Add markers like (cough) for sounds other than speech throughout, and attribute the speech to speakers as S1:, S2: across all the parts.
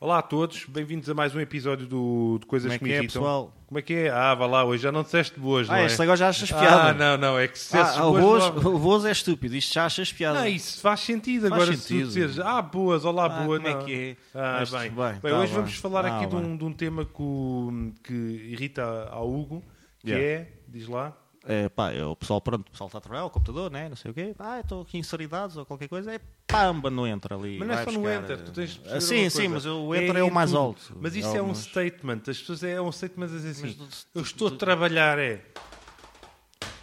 S1: Olá a todos, bem-vindos a mais um episódio do, de Coisas
S2: Como é
S1: que,
S2: que
S1: Me
S2: é,
S1: Irritam.
S2: pessoal?
S1: Como é que é? Ah, vá lá, hoje já não disseste boas, não
S2: Ah,
S1: é?
S2: este agora já achas
S1: Ah,
S2: piada.
S1: não, não, é que se dissesses
S2: Ah, o
S1: boas...
S2: Boas,
S1: não-
S2: o Boas é estúpido, isto já achas piada.
S1: Não, isso faz sentido
S2: Faz
S1: agora se tu
S2: sentido.
S1: disseres, ah, boas, olá,
S2: Ah,
S1: boa,
S2: como é
S1: não.
S2: que é?
S1: Ah,
S2: Mas
S1: bem,
S2: tudo bem,
S1: Bem,
S2: tá
S1: hoje
S2: bem.
S1: vamos falar
S2: Ah,
S1: aqui de
S2: bem.
S1: um, de um tema que, o- que irrita ao Hugo, que
S2: Yeah.
S1: é, diz lá,
S2: É, pá, é, o pessoal, pronto, o pessoal está a trabalhar, o computador, né, não sei o quê. Ah, estou aqui em seriedades ou qualquer coisa. É pamba no Enter ali.
S1: Mas não é
S2: vai
S1: só no
S2: buscar,
S1: Enter, tu tens de
S2: ah,
S1: perceber
S2: Sim,
S1: uma
S2: sim,
S1: coisa.
S2: mas o Enter é, o
S1: em
S2: mais
S1: tudo.
S2: alto.
S1: Mas isso é um statement, as pessoas é, é um statement a dizer assim,
S2: Mas tu-
S1: eu estou a trabalhar, é...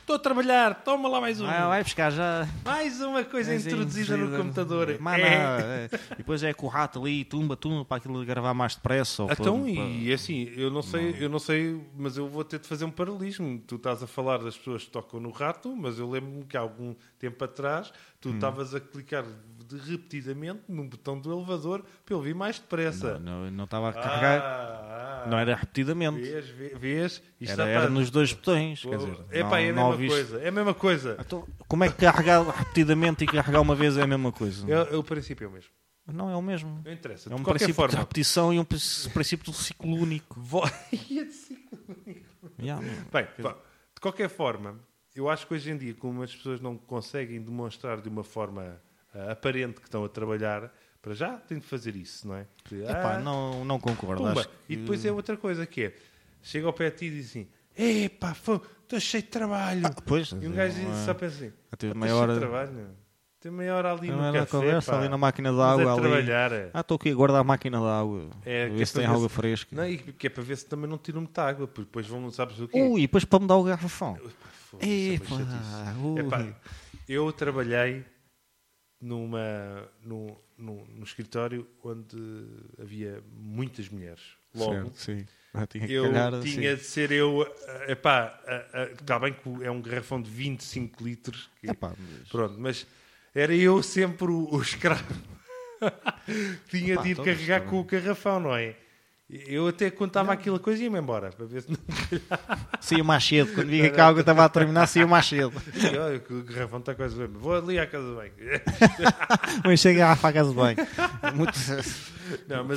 S1: Estou a trabalhar, toma lá mais um.
S2: Ah, vai buscar já.
S1: Mais uma coisa
S2: Mas é
S1: introduzida no
S2: introduzida.
S1: computador.
S2: Mas
S1: É.
S2: não, é. E Depois é com o rato ali, tumba, tumba, para aquilo gravar mais depressa. Ou um
S1: Então,
S2: para-
S1: e assim, eu não sei, eu não sei, mas eu vou ter de fazer um paralelismo. Tu estás a falar das pessoas que tocam no rato, mas eu lembro-me que há algum tempo atrás tu
S2: Hum.
S1: estavas a clicar de- repetidamente num botão do elevador para ele vir mais depressa.
S2: Não, não, não estava a carregar.
S1: Ah, ah,
S2: Não era repetidamente.
S1: Vês, vê- vês? Isto
S2: Era,
S1: já
S2: era
S1: está-
S2: nos dois botões. Quer dizer,
S1: Epá, é a
S2: não- não
S1: mesma
S2: ouviste-
S1: coisa. É a mesma
S2: (laughs)
S1: coisa.
S2: Então, como é que carregar repetidamente e carregar uma vez é a mesma coisa?
S1: É, é o princípio é o mesmo.
S2: Não é o mesmo.
S1: Não interessa.
S2: É um
S1: de qualquer
S2: princípio de
S1: forma.
S2: repetição e um prin- princípio do ciclo
S1: (laughs)
S2: único.
S1: Vo... Ia dizer-
S2: Yeah, meu.
S1: Bem, pá, de qualquer forma, eu acho que hoje em dia, como as pessoas não conseguem demonstrar de uma forma ah, aparente que estão a trabalhar, para já têm de fazer isso, não é? De,
S2: Epá,
S1: ah,
S2: não, não concordo.
S1: pumba.
S2: acho que-
S1: E depois é outra coisa que é, chega ao pé de ti e diz assim, epá, fô, estou cheio de trabalho.
S2: Ah, pois,
S1: e um gajo
S2: não é-
S1: só pensa assim,
S2: Ah, teve
S1: "Estou
S2: meia
S1: cheio de
S2: hora-
S1: trabalho. Tem meia hora ali
S2: Não
S1: no
S2: era
S1: café,
S2: conversa,
S1: pá.
S2: ali na máquina de
S1: Mas
S2: água.
S1: a
S2: ali.
S1: trabalhar.
S2: Ah, estou aqui a guardar a máquina de água.
S1: É, que
S2: Ver
S1: é
S2: se
S1: para
S2: tem
S1: ver
S2: água
S1: se-
S2: fresca.
S1: Não, e que é para ver se também não tiram muita água, porque depois vão, sabes o quê?
S2: Ui, depois para mudar o garrafão.
S1: Fogo, isso é uma
S2: Epá,
S1: chatice.
S2: ui.
S1: Epá, eu trabalhei numa, num, num, num escritório onde havia muitas mulheres. Logo,
S2: Certo, sim. (laughs) Ah, tinha que
S1: eu
S2: calhar, assim.
S1: tinha
S2: sim.
S1: de ser eu. eh, Epá, está bem que é um garrafão de 25 litros.
S2: (laughs)
S1: que-
S2: Epá, mas-
S1: Pronto, mas era eu sempre o, o escravo. (laughs) tinha
S2: Epá, então
S1: de ir
S2: todos
S1: carregar
S2: também.
S1: com o garrafão, não é? Eu até contava aquela coisa e ia-me embora para ver se não (laughs)
S2: Saiu mais cedo. Quando vi que a água estava a terminar, saiu mais cedo.
S1: E olha que o garrafão está quase bem. Vou ali à casa (laughs) bem.
S2: Mas chega à faca de banho. Muito...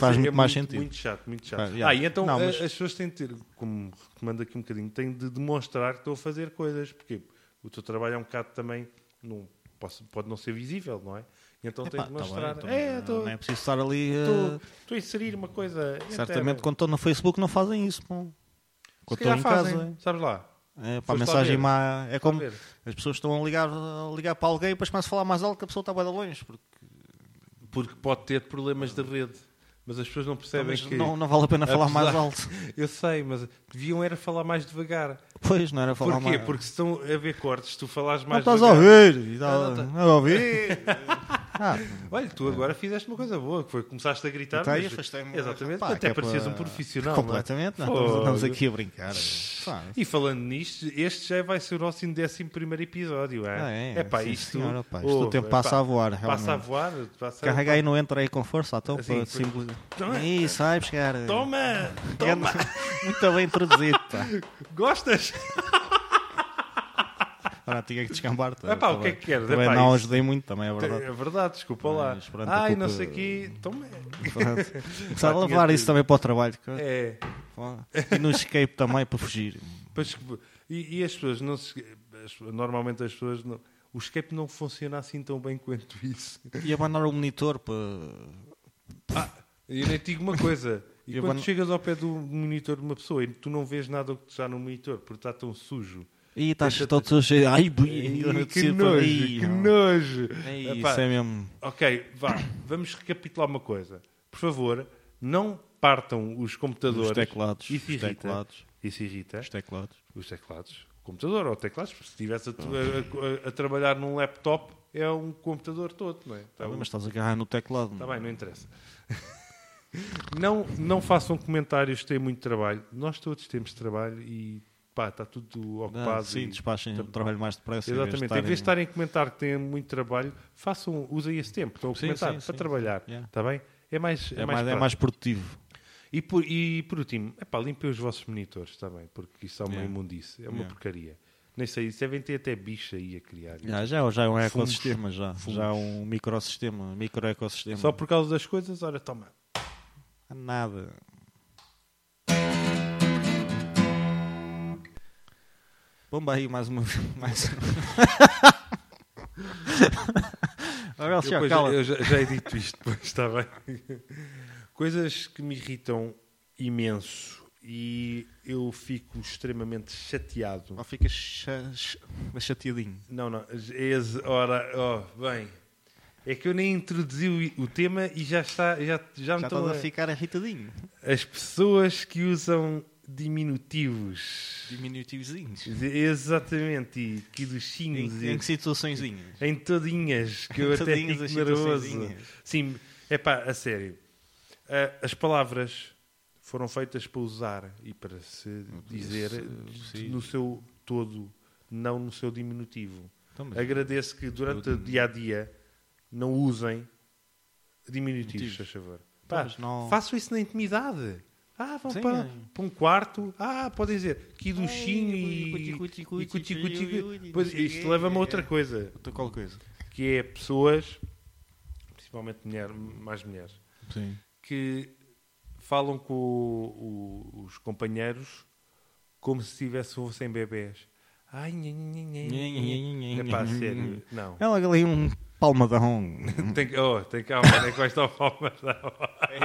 S2: Faz muito mais sentido.
S1: é Muito chato, muito chato.
S2: Faz, yeah.
S1: Ah, e então
S2: Não,
S1: a-
S2: mas-
S1: as pessoas têm de ter, como recomendo aqui um bocadinho, têm de demonstrar que estão a fazer coisas, porque o teu trabalho é um bocado também, não, posso- pode não ser visível, não é? E então têm
S2: Epá,
S1: de
S2: tá bem,
S1: mostrar.
S2: então
S1: é,
S2: não-
S1: estou
S2: não é preciso estar ali. eh,
S1: estou- estou a inserir uma coisa.
S2: Certamente quando estou no Facebook não fazem isso. Pô. Quando
S1: estou
S2: estou em casa.
S1: Sabes lá? Foste
S2: É,
S1: lá
S2: pá, a mensagem
S1: ver.
S2: má. É como
S1: ver.
S2: as pessoas estão a ligar, a ligar para alguém e depois começam a falar mais alto que a pessoa está bem de longe. Porque,
S1: Porque pode ter problemas de rede, mas as pessoas não percebem
S2: mas
S1: que. é
S2: não, não vale a pena falar mais
S1: apesar-
S2: alto.
S1: Eu sei, mas deviam era falar mais devagar.
S2: Pois, não era falar
S1: Porquê?
S2: mais
S1: Porque se estão a ver cortes, tu falas
S2: Não
S1: mais.
S2: estás a
S1: devagar.
S2: ouvir. e
S1: Ah,
S2: tal,
S1: não tá-
S2: Não a ouvir.
S1: (laughs)
S2: Ah,
S1: Olha, tu agora fizeste uma coisa boa, que foi que começaste a gritar.
S2: Tá,
S1: mas-
S2: e afastei-me.
S1: Exatamente,
S2: Pá, que
S1: até
S2: é
S1: parecias
S2: para-
S1: um profissional. não é?
S2: Completamente. Não,
S1: Fogo.
S2: estamos, estamos aqui a brincar. é. Pá,
S1: E falando nisto, este já vai ser o nosso 11 primeiro episódio. É,
S2: Ah, é,
S1: pá,
S2: sim,
S1: isto,
S2: senhora, pá, isto o
S1: Ouve,
S2: tempo
S1: é
S2: passa
S1: pá,
S2: a voar,
S1: Passa a
S2: realmente.
S1: voar. Passa a-
S2: Carrega aí, não entra aí com força. Então,
S1: Assim,
S2: para
S1: porque-
S2: simbolizar. (laughs)
S1: Toma.
S2: Isso, sai buscar.
S1: então,
S2: (laughs)
S1: Toma!
S2: Toma. (laughs) Muito bem introduzido. Pá.
S1: Gostas?
S2: Ora, tinha que descambar. Tá,
S1: Ah, pá,
S2: tá
S1: o que
S2: bem.
S1: é que queres?
S2: Também
S1: É pá,
S2: não
S1: isso-
S2: ajudei muito, também é
S1: (laughs)
S2: verdade.
S1: É verdade, desculpa lá.
S2: Mas pronto, a
S1: Ai, não
S2: culpa-
S1: sei o quê. Toma!
S2: Começar a levar isso também para o trabalho. que-
S1: É.
S2: Pá. E no escape também para fugir.
S1: Pois, e, e as pessoas não se, as- normalmente as pessoas não, o escape não funciona assim tão bem quanto isso.
S2: E abandonar o monitor para.
S1: E eu nem te digo uma coisa. E
S2: Eu
S1: quando
S2: vou-
S1: chegas ao pé do monitor de uma pessoa e tu não vês nada do que está no monitor porque está tão sujo.
S2: E estás todo cheio. tá Ai, bui,
S1: Ih, que
S2: descer para
S1: nojo,
S2: aí,
S1: que
S2: não.
S1: nojo.
S2: Ei,
S1: Epá,
S2: Isso é mesmo.
S1: Ok, vá, vamos recapitular uma coisa. Por favor, não partam os computadores.
S2: Os teclados.
S1: Isso
S2: Os
S1: irrita.
S2: teclados.
S1: Isso irrita.
S2: Os teclados.
S1: os teclados, o computador ou teclados, porque se estivesse a, tu- a- a- a trabalhar num laptop é um computador todo, não é? Está
S2: Tá bem,
S1: bem,
S2: mas estás a agarrar no teclado.
S1: tá bem, não interessa. (laughs) Não, não façam comentários, têm muito trabalho. Nós todos temos trabalho e pá, está tudo
S2: Ah,
S1: ocupado. e-
S2: sim, despachem o trabalho mais depressa.
S1: Tá Exatamente. Em vez de estarem a comentar que têm muito trabalho, façam, usem esse tempo, estão a
S2: Sim,
S1: comentar
S2: sim,
S1: para
S2: sim,
S1: trabalhar.
S2: sim. Yeah.
S1: Está bem? É mais, é mais
S2: É mais, é
S1: prático.
S2: mais produtivo.
S1: E por, e por último, epá, limpem os vossos monitores também, porque isso é uma
S2: Yeah.
S1: imundice, é uma
S2: Yeah.
S1: porcaria. Nem sei, isso devem ter até bicho aí a criar.
S2: Já, já, já é um
S1: Fungos.
S2: ecossistema, já. Já é um microsistema, um microecossistema.
S1: Só por causa das coisas, olha, toma.
S2: Há nada. Bomba aí mais uma vez. (laughs) Mais... Ora,
S1: Eu,
S2: Alexandre,
S1: depois-
S2: cala.
S1: eu já, já edito isto, pois está bem. (laughs) Coisas que me irritam imenso e eu fico extremamente chateado.
S2: Ou ficas cha- cha- chateadinho.
S1: Não, não, esse, ora, ó, bem. É que eu nem introduzi o, o tema e já está, já, já me
S2: Já
S1: estão
S2: estás a
S1: a-
S2: ficar irritadinho.
S1: As pessoas que usam diminutivos. é
S2: Diminutivozinhos. Em,
S1: Exatamente, e que dos sinos
S2: em
S1: e
S2: que situaçõeszinhas?
S1: Em todinhas, que eu até
S2: Tadinhas,
S1: fico
S2: as
S1: nervoso.
S2: situaçõezinhas.
S1: Sim, é pá, a sério. Ah, as palavras foram feitas para usar e para se dizer
S2: sim.
S1: no seu todo, não no seu diminutivo.
S2: Então, mas-
S1: Agradeço que durante
S2: Eu-
S1: o dia a dia não usem diminutivos,
S2: Diminutivos.
S1: se faz favor.
S2: Então,
S1: Pá,
S2: mas não-
S1: Faço isso na intimidade. Ah, vão
S2: Sim,
S1: para,
S2: é.
S1: para um quarto. Ah, podem dizer quiduchinho
S2: Ai,
S1: e.
S2: cuti, cuti,
S1: e
S2: cuti,
S1: cuti, cuti,
S2: ui, ui, ui,
S1: Pois
S2: não sei
S1: isto
S2: quê.
S1: leva-me a outra coisa
S2: Outra qual coisa?
S1: que é pessoas, principalmente mulher, mais mulheres,
S2: Sim.
S1: que falam com o- o- os companheiros como se tivessem fossem bebés. Ai, nhe, nhe, nhe, nhe, nhe.
S2: É
S1: Epá, É sério,
S2: (laughs)
S1: não.
S2: Ela ali um palmadão.
S1: Tem, que- oh, tem calma, nem com esta palma.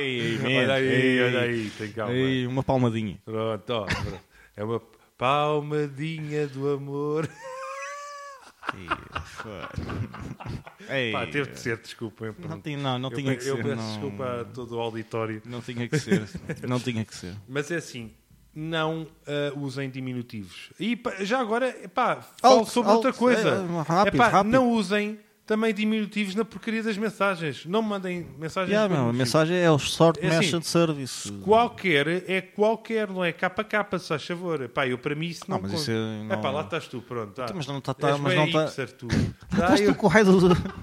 S2: ei,
S1: Olha
S2: é
S1: aí, olha aí, tem calma.
S2: Ei,
S1: (laughs)
S2: uma palmadinha.
S1: Pronto, ó, pronto. é uma palmadinha do amor.
S2: Ei,
S1: Pá, teve de ser, desculpem.
S2: É não,
S1: pronto.
S2: tinha, não, não
S1: Eu
S2: tinha
S1: pe-
S2: que
S1: eu
S2: ser.
S1: peço
S2: não,
S1: desculpa a todo o auditório.
S2: não tinha que ser. Não tinha
S1: (laughs)
S2: que ser.
S1: Mas é assim, não ah, usem diminutivos. E pá, já agora, pá, falo
S2: Alt,
S1: sobre outra
S2: alt,
S1: coisa.
S2: é, rápido,
S1: Epá,
S2: rápido.
S1: Não usem também diminutivos na porcaria das mensagens. Não mandem mensagens.
S2: Yeah,
S1: com
S2: meu, a
S1: diminutivos.
S2: mensagem é o Short
S1: É assim,
S2: Merchant Service.
S1: Qualquer é qualquer, não é capa capa, se faz favor. Pá, eu para mim isso não.
S2: Ah, mas
S1: conta.
S2: isso é- não-
S1: Epá, lá estás tu, pronto. Tá.
S2: Então, mas não tá- tá-
S1: És
S2: mas não
S1: bem
S2: tá- Então,
S1: hipster,
S2: (laughs)
S1: tu. Tá,
S2: Estás
S1: eu-
S2: tu com o raio do.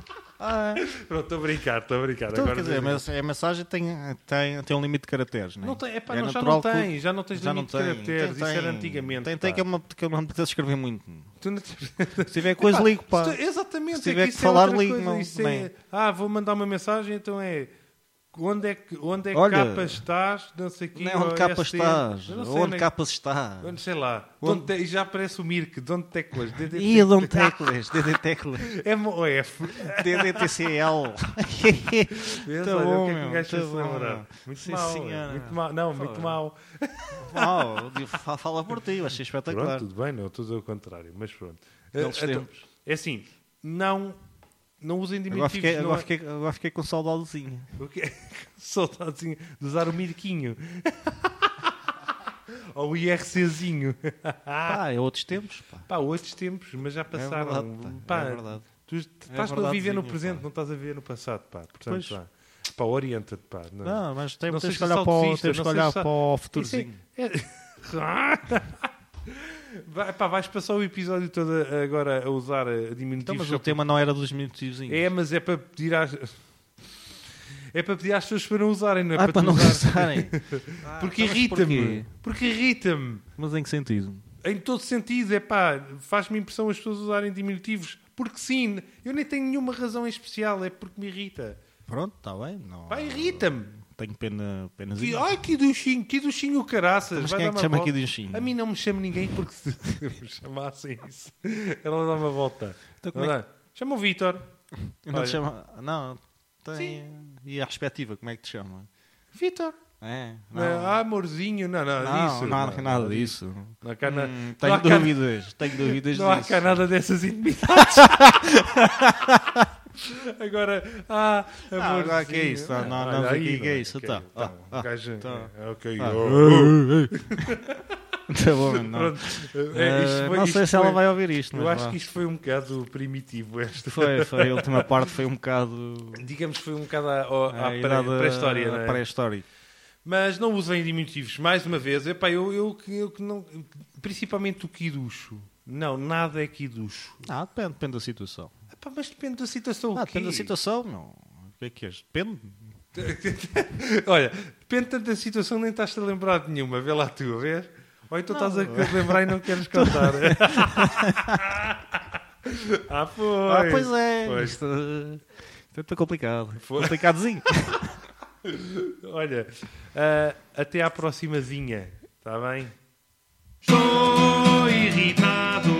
S2: Ah, é.
S1: Pronto, estou a brincar, estou a brincar.
S2: Então,
S1: Agora
S2: quer dizer, a
S1: não-
S2: mens- a mensagem tem, tem, tem um limite de caracteres, não é?
S1: Não tem, epá,
S2: É
S1: não, já não
S2: natural que-
S1: tem, já não tens
S2: Já não
S1: limite
S2: tem.
S1: de caracteres,
S2: Tem-
S1: isso era
S2: tem-
S1: antigamente.
S2: Tem, tem
S1: pá.
S2: que é uma que eu não me apetece escrever
S1: (laughs)
S2: muito.
S1: Tu não tens-
S2: Se tiver coisa,
S1: Pá,
S2: ligo, pá.
S1: se tu- Exatamente.
S2: Se tiver
S1: é
S2: que
S1: que, isso
S2: falar,
S1: é outra
S2: ligo,
S1: coisa,
S2: não-
S1: isso é-
S2: nem-
S1: Ah, vou mandar uma mensagem, então é... Onde é que, onde é que
S2: Olha,
S1: capa estás? Não sei quê,
S2: Não é
S1: ou
S2: onde capas
S1: ST,
S2: estás.
S1: eu não sei
S2: Onde
S1: é-
S2: capas estás.
S1: onde- sei lá. de
S2: Onde-
S1: Onde... te- E já aparece o Mirk. De onde teclas? DDT.
S2: Ih, Dom Teclas, DD Teclas,
S1: (laughs) É mo- é F.
S2: Tá
S1: (laughs)
S2: DDTCL.
S1: Vês,
S2: Tá
S1: olha,
S2: bom,
S1: o que é que
S2: meu,
S1: um gajo
S2: tá
S1: se
S2: bom, meu.
S1: lembrar? Muito
S2: Sim,
S1: mal.
S2: senhora.
S1: Muito mal. Não,
S2: Fala.
S1: muito mal.
S2: Uau, Oh, fa- fala por ti, eu achei
S1: Pronto,
S2: espetacular.
S1: tudo bem. Não, tudo ao contrário. Mas pronto.
S2: Belos
S1: Eh, então,
S2: tempos.
S1: É assim, não... Não usem
S2: Agora
S1: diminutivos.
S2: fiquei,
S1: não
S2: agora,
S1: é-
S2: fiquei, agora fiquei com saudadezinha.
S1: O (laughs) quê? Soldadozinho tá assim, de usar o mirquinho. (laughs) Ou o IRCzinho.
S2: Pá, é outros tempos. Pá.
S1: Pá, outros tempos, mas já Ah. passaram.
S2: É verdade, pá,
S1: Pá,
S2: é verdade.
S1: tu estás a
S2: verdadezinho,
S1: viver no
S2: pá.
S1: presente, não estás a viver no passado, pá.
S2: Pois.
S1: Portanto, pá, pá orienta-te, pá. Não. é?
S2: Não, mas tem,
S1: Não
S2: temos que
S1: sejas
S2: olhar para o,
S1: saudosista,
S2: temos que
S1: não
S2: olhar
S1: sejas
S2: para
S1: sa-
S2: o
S1: Isso é- (laughs)
S2: futurozinho.
S1: é- Vai, pá, vais passar o episódio todo a- agora a usar a
S2: Então,
S1: diminutivos.
S2: mas o tema não era dos minutivozinhos.
S1: É, mas é para pedir às... (laughs) É para pedir às pessoas para não usarem, não é
S2: ah, para,
S1: para tu
S2: não
S1: usar.
S2: usarem.
S1: Porque
S2: então, mas
S1: irrita-me.
S2: porquê?
S1: Porque irrita-me.
S2: Mas em que sentido?
S1: em todo sentido, é pá, faz-me impressão as pessoas usarem diminutivos, porque sim, eu nem tenho nenhuma razão em especial, é porque me irrita.
S2: (laughs) Pronto, está bem. Não,
S1: Pá, irrita-me.
S2: Tenho pena,
S1: Que,
S2: penazinha.
S1: ai, que duchinho, que duchinho caraças.
S2: Mas
S1: vai
S2: quem é
S1: dar
S2: que
S1: uma
S2: chama
S1: volta.
S2: aqui de enchinho?
S1: A mim não me chama ninguém, porque se (laughs) me chamassem isso, ela dá uma volta.
S2: Então como é
S1: Não dá? Chama o Vítor.
S2: Eu Não, te
S1: Olha.
S2: então chama... não tem. E a respectiva, como é que te chama?
S1: Vítor.
S2: É? Não,
S1: Ah, amorzinho. Não, não,
S2: não,
S1: disso.
S2: não há nada disso.
S1: Não há cá na-
S2: Hum,
S1: não
S2: tenho
S1: há cá-
S2: dúvidas, tenho
S1: (laughs)
S2: dúvidas
S1: Não há
S2: disso.
S1: cá
S2: (laughs)
S1: nada dessas intimidades. Agora, ah,
S2: Não,
S1: amor.
S2: agora que é isso, não, não, não, aqui que é isso, então, ah, ah,
S1: tá gajo,
S2: então.
S1: é, ok,
S2: Ah.
S1: oh,
S2: Tá bom, mano,
S1: oh,
S2: não.
S1: pronto. É, isto
S2: Ah,
S1: foi-
S2: não
S1: isto
S2: sei se ela
S1: foi-
S2: vai ouvir isto, mas
S1: Eu acho
S2: vá.
S1: que isto foi um bocado primitivo, esta. (laughs)
S2: foi, foi, a última parte foi um bocado eh,
S1: Digamos que foi um bocado à, ao- à
S2: a
S1: pré-
S2: idade-
S1: pré-história,
S2: a
S1: não é?
S2: pré-história.
S1: Mas não usem diminutivos, mais uma vez. Epá, eu, eu, que- eu que não. Principalmente o quiducho. Não, nada é quiducho.
S2: Ah, depende, depende da situação.
S1: Epá, mas depende da situação.
S2: Ah,
S1: o quê?
S2: depende da situação, meu. O que é que és? Depende.
S1: Olha, depende tanto da situação, nem estás a lembrar de nenhuma, vê lá tu, vês? Ou então
S2: Não.
S1: estás a lembrar e não queres
S2: (laughs)
S1: contar. ah, foi.
S2: Ah, pois é.
S1: Pois.
S2: (laughs) Isto, eh, isto é muito complicado.
S1: Foi.
S2: Complicadozinho.
S1: Olha, ah, tá até à próximazinha, está bem? Estou irritado.